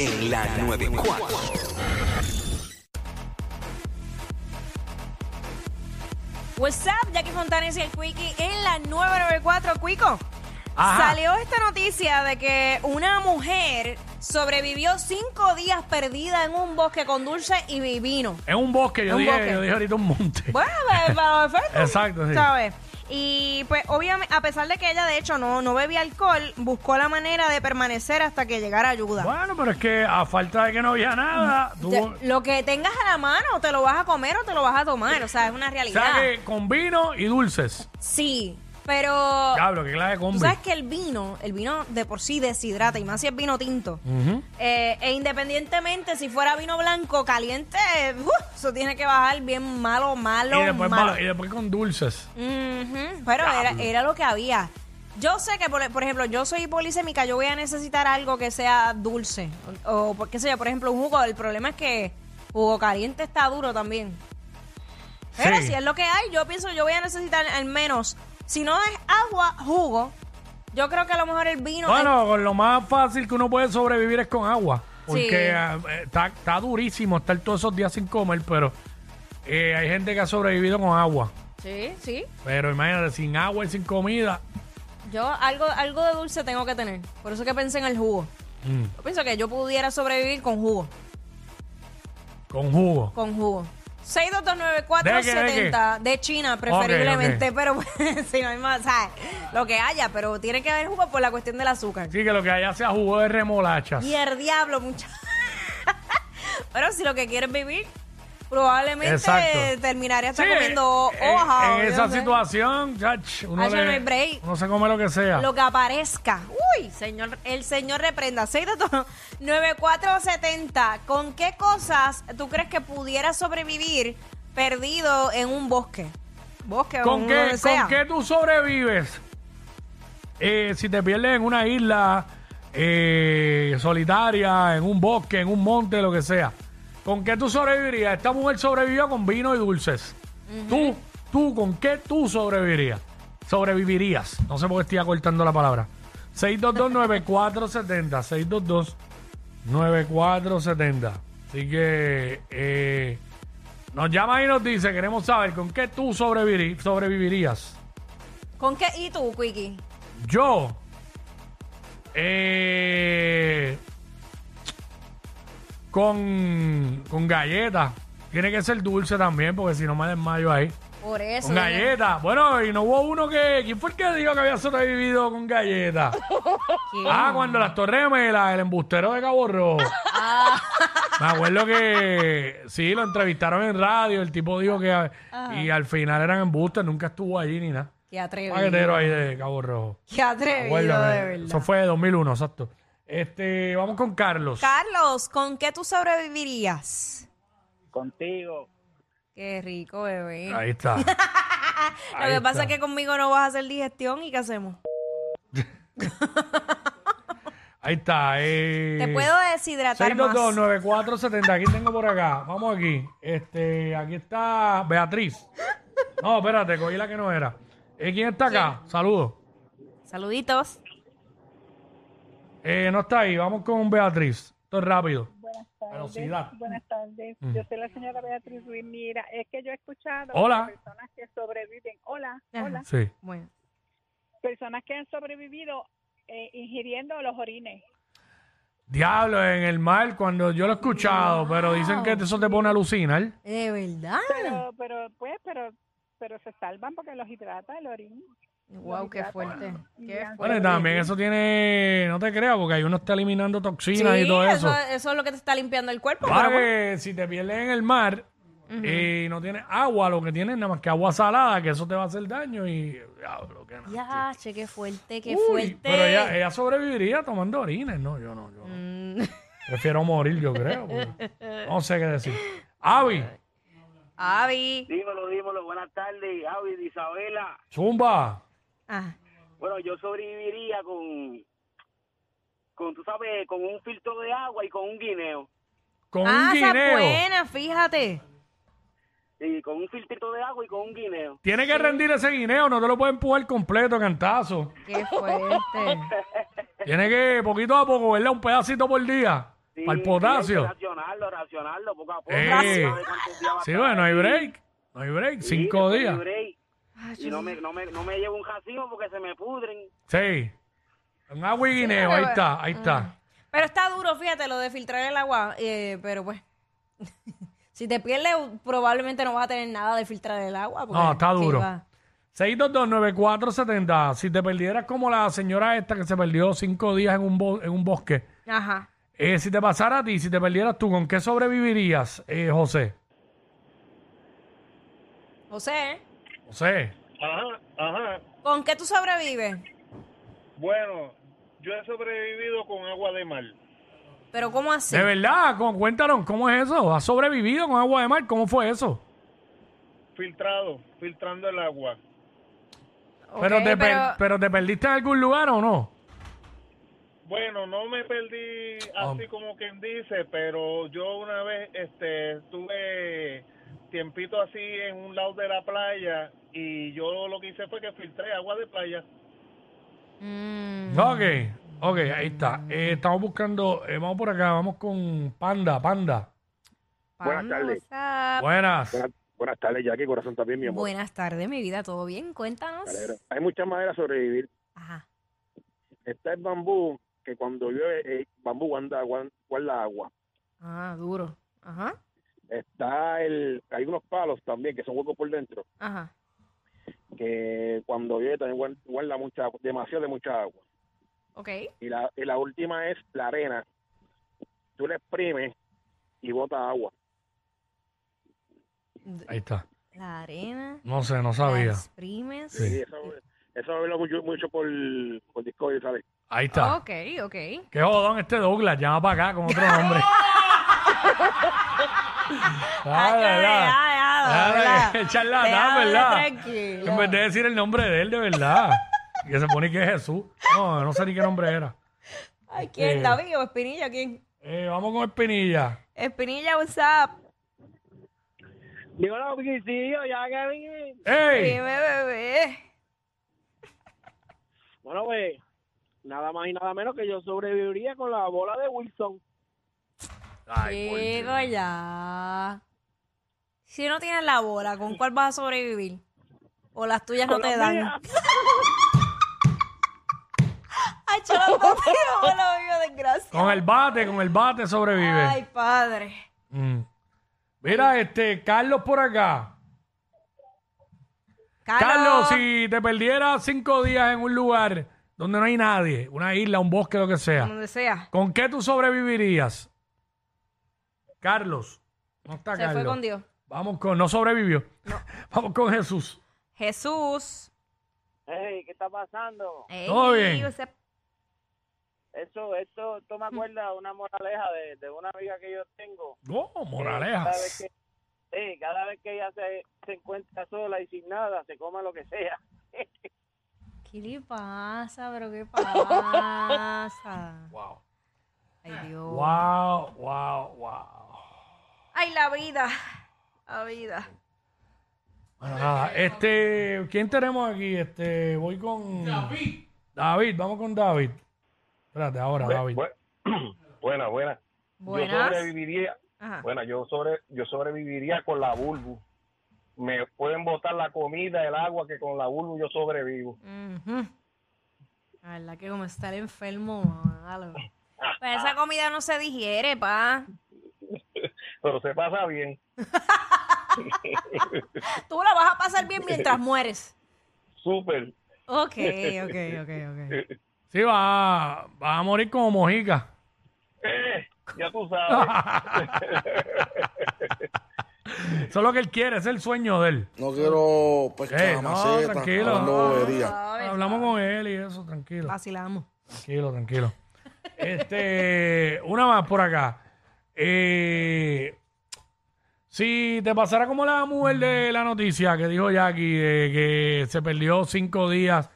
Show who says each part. Speaker 1: en la 94.
Speaker 2: What's up, Jackie Fontanes y el Quickie en la 994. Quico,
Speaker 3: Ajá.
Speaker 2: salió esta noticia de que una mujer sobrevivió cinco días perdida en un bosque con dulce y vi- vino.
Speaker 3: Es un bosque, yo,
Speaker 2: Un
Speaker 3: dije,
Speaker 2: bosque.
Speaker 3: yo dije ahorita un monte.
Speaker 2: Bueno, pues, para los efectos,
Speaker 3: Exacto, sí.
Speaker 2: ¿Sabes? Y pues obviamente, a pesar de que ella de hecho no, no bebía alcohol, buscó la manera de permanecer hasta que llegara ayuda.
Speaker 3: Bueno, pero es que a falta de que no había nada, tú,
Speaker 2: Te- lo que tengas a la mano, te lo vas a comer o te lo vas a tomar. O sea, es una
Speaker 3: o
Speaker 2: realidad.
Speaker 3: sea que con vino y dulces.
Speaker 2: Sí, pero...
Speaker 3: Diablo, qué clase de
Speaker 2: Tú
Speaker 3: combi.
Speaker 2: sabes que el vino, el vino de por sí deshidrata, y más si es vino tinto. Eh, e independientemente, si fuera vino blanco caliente, ¡uh! eso tiene que bajar bien malo, malo,
Speaker 3: y, después,
Speaker 2: malo.
Speaker 3: va- y después con dulces.
Speaker 2: Ujú, Pero era, era lo que había. Yo sé que, por, por ejemplo, yo soy polisémica, yo voy a necesitar algo que sea dulce. O, o por qué sé yo, por ejemplo, un jugo. El problema es que jugo caliente está duro también. Pero
Speaker 3: Sí.
Speaker 2: si es lo que hay, yo pienso yo voy a necesitar al menos, si no es agua, jugo. Yo creo que a lo mejor el vino...
Speaker 3: Bueno, con lo más fácil que uno puede sobrevivir es con agua. Porque
Speaker 2: Sí.
Speaker 3: eh, está, está durísimo estar todos esos días sin comer, pero eh, hay gente que ha sobrevivido con agua.
Speaker 2: es- sí, sí.
Speaker 3: Pero imagínate, sin agua y sin comida.
Speaker 2: Yo algo, algo de dulce tengo que tener. Por eso que pensé en el jugo.
Speaker 3: mm,
Speaker 2: Yo pienso que yo pudiera sobrevivir con jugo.
Speaker 3: con jugo.
Speaker 2: con jugo.
Speaker 3: ¿De qué, de
Speaker 2: 6229470 de China preferiblemente, pero si no hay más, ¿sabes? lo que haya, pero tiene que haber jugo por la cuestión del azúcar.
Speaker 3: Así que lo que haya sea jugo de remolachas.
Speaker 2: Y el diablo, muchachos. pero si lo que quieres vivir, probablemente
Speaker 3: Exacto.
Speaker 2: terminaría hasta
Speaker 3: Sí,
Speaker 2: comiendo
Speaker 3: en-
Speaker 2: hoja. o
Speaker 3: En,
Speaker 2: yo
Speaker 3: esa
Speaker 2: no sé,
Speaker 3: situación, chach, uno,
Speaker 2: Hacho,
Speaker 3: le-
Speaker 2: no hay break.
Speaker 3: uno se come lo que sea.
Speaker 2: Lo que aparezca. Uy, señor, el señor reprenda. 6229470. ¿Con qué cosas tú crees que pudiera sobrevivir perdido en un bosque? Bosque o
Speaker 3: ¿Con,
Speaker 2: un
Speaker 3: qué,
Speaker 2: donde sea.
Speaker 3: ¿Con qué tú sobrevives? Eh, si te pierdes en una isla eh, solitaria, en un bosque, en un monte, lo que sea. ¿Con qué tú sobrevivirías? Esta mujer sobrevivió con vino y dulces. Tú, tú, ¿con qué tú sobrevivirías? Sobrevivirías. No sé por qué estoy acortando la palabra. 622-9470. 622 9470. Así que eh, nos llama y nos dice, queremos saber con qué tú sobrevivirí- sobrevivirías.
Speaker 2: ¿Con qué? ¿Y tú, Quiki?
Speaker 3: Yo, eh, con, con galletas. Tiene que ser dulce también, porque si no me desmayo ahí.
Speaker 2: Por eso.
Speaker 3: Con
Speaker 2: ¿no?
Speaker 3: galletas. Bueno, y no hubo uno que... ¿Quién fue el que dijo que había sobrevivido con galletas?
Speaker 2: ¿Quién?
Speaker 3: Ah, cuando las torres gemelas, el embustero de Cabo Rojo.
Speaker 2: Ah.
Speaker 3: Me acuerdo que sí, lo entrevistaron en radio, el tipo dijo que y al final eran embustes, nunca estuvo allí ni nada.
Speaker 2: Qué atrevido.
Speaker 3: Paquetero ahí de Cabo Rojo.
Speaker 2: Qué atrevido, de
Speaker 3: Acuérdame,
Speaker 2: verdad.
Speaker 3: Eso fue de 2001, exacto. Este, vamos con Carlos.
Speaker 2: Carlos, ¿con qué tú sobrevivirías?
Speaker 4: contigo.
Speaker 2: Qué rico, bebé.
Speaker 3: Ahí está.
Speaker 2: Lo que pasa es que conmigo no vas a hacer digestión y ¿qué hacemos?
Speaker 3: Ahí está. Eh,
Speaker 2: Te puedo deshidratar más.
Speaker 3: 6229470. Aquí tengo por acá. Vamos aquí. Este, aquí está Beatriz. No, espérate, cogí la que no era. Eh, ¿Quién está acá? Saludos.
Speaker 2: Saluditos.
Speaker 3: Eh, no está ahí. Vamos con Beatriz. Esto es rápido.
Speaker 5: Buenas tardes.
Speaker 3: Velocidad.
Speaker 5: Buenas tardes.
Speaker 3: Mm.
Speaker 5: Yo soy la señora Beatriz Ruiz. Mira, es que yo he escuchado
Speaker 3: Hola.
Speaker 5: que personas que sobreviven, hola,
Speaker 2: Ajá.
Speaker 5: hola,
Speaker 3: Sí.
Speaker 2: Bueno.
Speaker 5: personas que han sobrevivido eh, ingiriendo los orines.
Speaker 3: Diablo, en el mar, cuando yo lo he escuchado, pero dicen que eso te pone a alucinar.
Speaker 2: De verdad.
Speaker 5: Pero, pero, pues, pero, pero se salvan porque los hidrata el orín.
Speaker 2: Wow, qué fuerte. Qué
Speaker 3: Bueno, y
Speaker 2: fuerte.
Speaker 3: también eso tiene, no te creas, porque ahí uno está eliminando toxinas y todo eso.
Speaker 2: eso es lo que te está limpiando el cuerpo.
Speaker 3: Claro
Speaker 2: pero-
Speaker 3: que si te pierdes en el mar y no tienes agua, lo que tienes nada más que agua salada, que eso te va a hacer daño y diablo, que no.
Speaker 2: Ya, che, qué fuerte, qué
Speaker 3: Uy,
Speaker 2: fuerte.
Speaker 3: Pero eh. ella, ella sobreviviría tomando orines, no, yo no, yo
Speaker 2: Mm.
Speaker 3: no. Prefiero morir, yo creo. porque No sé qué decir. Avi,
Speaker 2: Avi.
Speaker 4: Dímelo, dímelo. Buenas tardes, Avid, Isabela.
Speaker 3: zumba.
Speaker 2: Ah,
Speaker 4: Bueno, yo sobreviviría con, con, tú sabes, con un filtro de agua y con un guineo.
Speaker 3: Con
Speaker 2: Ah,
Speaker 3: un
Speaker 2: esa es
Speaker 3: guineo.
Speaker 2: buena, fíjate.
Speaker 4: Y con un filtrito de agua y con un guineo.
Speaker 3: Tiene que rendir ese guineo, no te lo pueden empujar completo, cantazo.
Speaker 2: Qué fuerte.
Speaker 3: Tiene que, poquito a poco, verle un pedacito por día.
Speaker 4: Sí,
Speaker 3: para el
Speaker 4: sí,
Speaker 3: potasio.
Speaker 4: hay que racionarlo, racionarlo poco a poco.
Speaker 3: Eh.
Speaker 4: No sabe cuántos días va a
Speaker 3: Sí,
Speaker 4: estar
Speaker 3: bueno, no hay
Speaker 4: ahí.
Speaker 3: break. No hay break.
Speaker 4: Sí,
Speaker 3: Cinco
Speaker 4: después hay
Speaker 3: días.
Speaker 4: break. Y no me, no, me, no me llevo un jacimo porque se me pudren.
Speaker 3: Sí. Un agua y guineo. Ahí
Speaker 2: pero-
Speaker 3: está, ahí está.
Speaker 2: Pero ah. está duro, fíjate, lo de filtrar el agua. eh, pero pues, si te pierdes, probablemente no vas a tener nada de filtrar el agua. porque-
Speaker 3: No, está
Speaker 2: sí,
Speaker 3: duro.
Speaker 2: va.
Speaker 3: 6229470. Si te perdieras como la señora esta que se perdió cinco días en un, bo- en un bosque.
Speaker 2: Ajá.
Speaker 3: Eh, si te pasara a ti, si te perdieras tú, ¿con qué sobrevivirías, eh, José?
Speaker 2: José,
Speaker 3: José.
Speaker 6: Ajá, ajá.
Speaker 2: ¿con qué tú sobrevives?
Speaker 6: Bueno, yo he sobrevivido con agua de mar.
Speaker 2: Pero ¿cómo así?
Speaker 3: De verdad, con- cuéntanos, ¿cómo es eso? ¿Has sobrevivido con agua de mar? ¿Cómo fue eso?
Speaker 6: Filtrado, filtrando el agua.
Speaker 2: Ok,
Speaker 3: pero, te per-
Speaker 2: pero-
Speaker 3: pero te perdiste en algún lugar o no?
Speaker 6: Bueno, no me perdí así
Speaker 3: Oh.
Speaker 6: como quien dice, pero yo una vez este, tuve tiempito así en un lado de la playa y yo lo que hice fue que filtré agua de playa.
Speaker 2: Mm.
Speaker 3: Ok, ok, ahí está. Eh, estamos buscando, eh, vamos por acá, vamos con Panda, Panda.
Speaker 7: Buenas tardes.
Speaker 2: Vamos a-
Speaker 3: Buenas.
Speaker 7: Buenas, buenas tardes, Jackie, corazón también, mi amor.
Speaker 2: Buenas tardes, mi vida, ¿todo bien? Cuéntanos.
Speaker 7: Me alegro. Hay muchas maneras de sobrevivir.
Speaker 2: Ajá.
Speaker 7: Está el bambú, que cuando llueve, el bambú guarda, guan- guarda agua.
Speaker 2: Ah, duro. Ajá.
Speaker 7: Está el, hay unos palos también que son huecos por dentro,
Speaker 2: Ajá.
Speaker 7: que cuando llueve también guan- guarda mucha, demasiado de mucha agua.
Speaker 2: Ok.
Speaker 7: Y la, y la última es la arena. Tú la exprimes y bota agua.
Speaker 3: Ahí está.
Speaker 2: La arena.
Speaker 3: No sé, no
Speaker 2: las
Speaker 3: sabía.
Speaker 2: primes.
Speaker 3: Sí.
Speaker 7: Y eso, eso lo veo mucho, mucho por, por Discovery, ¿sabes?
Speaker 3: Ahí está.
Speaker 2: Ok, ok.
Speaker 3: Qué jodón este Douglas, llama para acá con otro nombre.
Speaker 2: Ah, que
Speaker 3: Ah,
Speaker 2: deja, deja,
Speaker 3: que
Speaker 2: Douglas.
Speaker 3: charlatán,
Speaker 2: Deja,
Speaker 3: ¿verdad?
Speaker 2: tranquilo.
Speaker 3: En vez de decir el nombre de él, de verdad. que se pone que es Jesús. No, no sé ni qué nombre era.
Speaker 2: Ay, ¿quién?
Speaker 3: Eh.
Speaker 2: ¿David o Espinilla? ¿Quién?
Speaker 3: Eh, vamos con Espinilla.
Speaker 2: Espinilla, WhatsApp.
Speaker 4: Digo, no, porque sí, yo ya que...
Speaker 3: ¡Ey!
Speaker 2: Dime, bebé.
Speaker 4: Bueno, pues, nada más y nada menos que yo sobreviviría con la bola de Wilson.
Speaker 3: Ay, por Dios.
Speaker 2: Chico, ya. Si no tienes la bola, ¿con cuál vas a sobrevivir? O las tuyas no te dan. Ay, chaval, no tengo bola, vivo desgracia.
Speaker 3: Con el bate, con el bate sobrevive.
Speaker 2: Ay, padre.
Speaker 3: Mm. Mira, este, Carlos por acá. Carlos, si te perdieras cinco días en un lugar donde no hay nadie, una isla, un bosque, lo que sea,
Speaker 2: Donde sea.
Speaker 3: ¿con qué tú sobrevivirías? Carlos. No está
Speaker 2: Se
Speaker 3: Carlos.
Speaker 2: fue con Dios.
Speaker 3: Vamos con, no sobrevivió. Vamos con Jesús.
Speaker 2: Jesús.
Speaker 4: Ey, ¿qué está pasando?
Speaker 3: Todo
Speaker 2: Ey,
Speaker 3: bien.
Speaker 2: ese-
Speaker 4: Eso, esto, esto me acuerda una moraleja de, de una amiga que yo tengo.
Speaker 3: Oh,
Speaker 4: Cada
Speaker 3: moraleja.
Speaker 4: vez que, sí, cada vez que ella se, se encuentra sola y sin nada, se coma lo que sea.
Speaker 2: ¿Qué le pasa? ¿Pero qué pasa?
Speaker 3: Wow.
Speaker 2: Ay, Dios.
Speaker 3: Wow, wow, wow.
Speaker 2: Ay, la vida. La vida.
Speaker 3: Bueno, nada, este, ¿quién tenemos aquí? Este, voy con David. David, vamos con David. Espérate, ahora, David.
Speaker 6: Bu- buena, buena. Yo
Speaker 2: Buenas.
Speaker 6: sobreviviría,
Speaker 2: Ajá.
Speaker 6: bueno, yo sobre, yo sobreviviría con la bulbu. Me pueden botar la comida, el agua, que con la bulbu yo sobrevivo.
Speaker 2: Ujú. La verdad que como está el enfermo, malo. Pues esa comida no se digiere, pa.
Speaker 7: Pero se pasa bien.
Speaker 2: Tú la vas a pasar bien mientras mueres.
Speaker 7: Súper.
Speaker 2: Ok, ok, ok,
Speaker 3: Eh,
Speaker 2: ok.
Speaker 3: Sí, va, va a morir como mojica.
Speaker 7: Eh, ya tú sabes.
Speaker 3: Eso es lo que él quiere, ese es el sueño de él.
Speaker 8: No quiero pescar
Speaker 3: Eh, no,
Speaker 8: maceta,
Speaker 3: tranquilo.
Speaker 8: hablando bobería.
Speaker 2: Suave,
Speaker 3: Hablamos con él y eso, tranquilo.
Speaker 2: Ah, Vacilamos.
Speaker 3: Tranquilo, tranquilo. Este, una más por acá. Eh, si te pasara como la mujer de la noticia que dijo Jackie, de que se perdió cinco días